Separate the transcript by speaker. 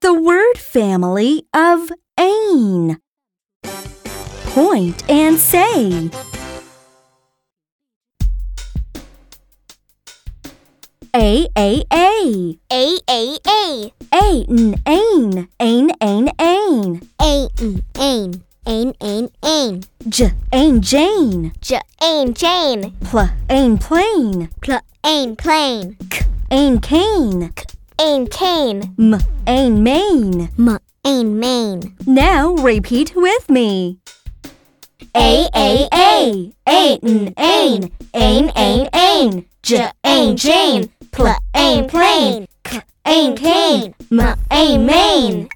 Speaker 1: the word family of ain. Point and say. A A A
Speaker 2: A A A
Speaker 1: Ain Ain Ain Ain Ain
Speaker 2: Ain Ain Ain Ain Ain
Speaker 1: J Ain Jane
Speaker 2: J Ain Jane
Speaker 1: Pl Ain Plane
Speaker 2: Pl Ain Plane
Speaker 1: K Ain Cane
Speaker 2: Ain Cane
Speaker 1: M Ain Main
Speaker 2: M Ain Main
Speaker 1: Now repeat with me.
Speaker 2: A, A, A. Ain, ain. Ain, ain, ain. J, ain, Jane. Pl, ain, plane. K, ain, cane. M, ain, main.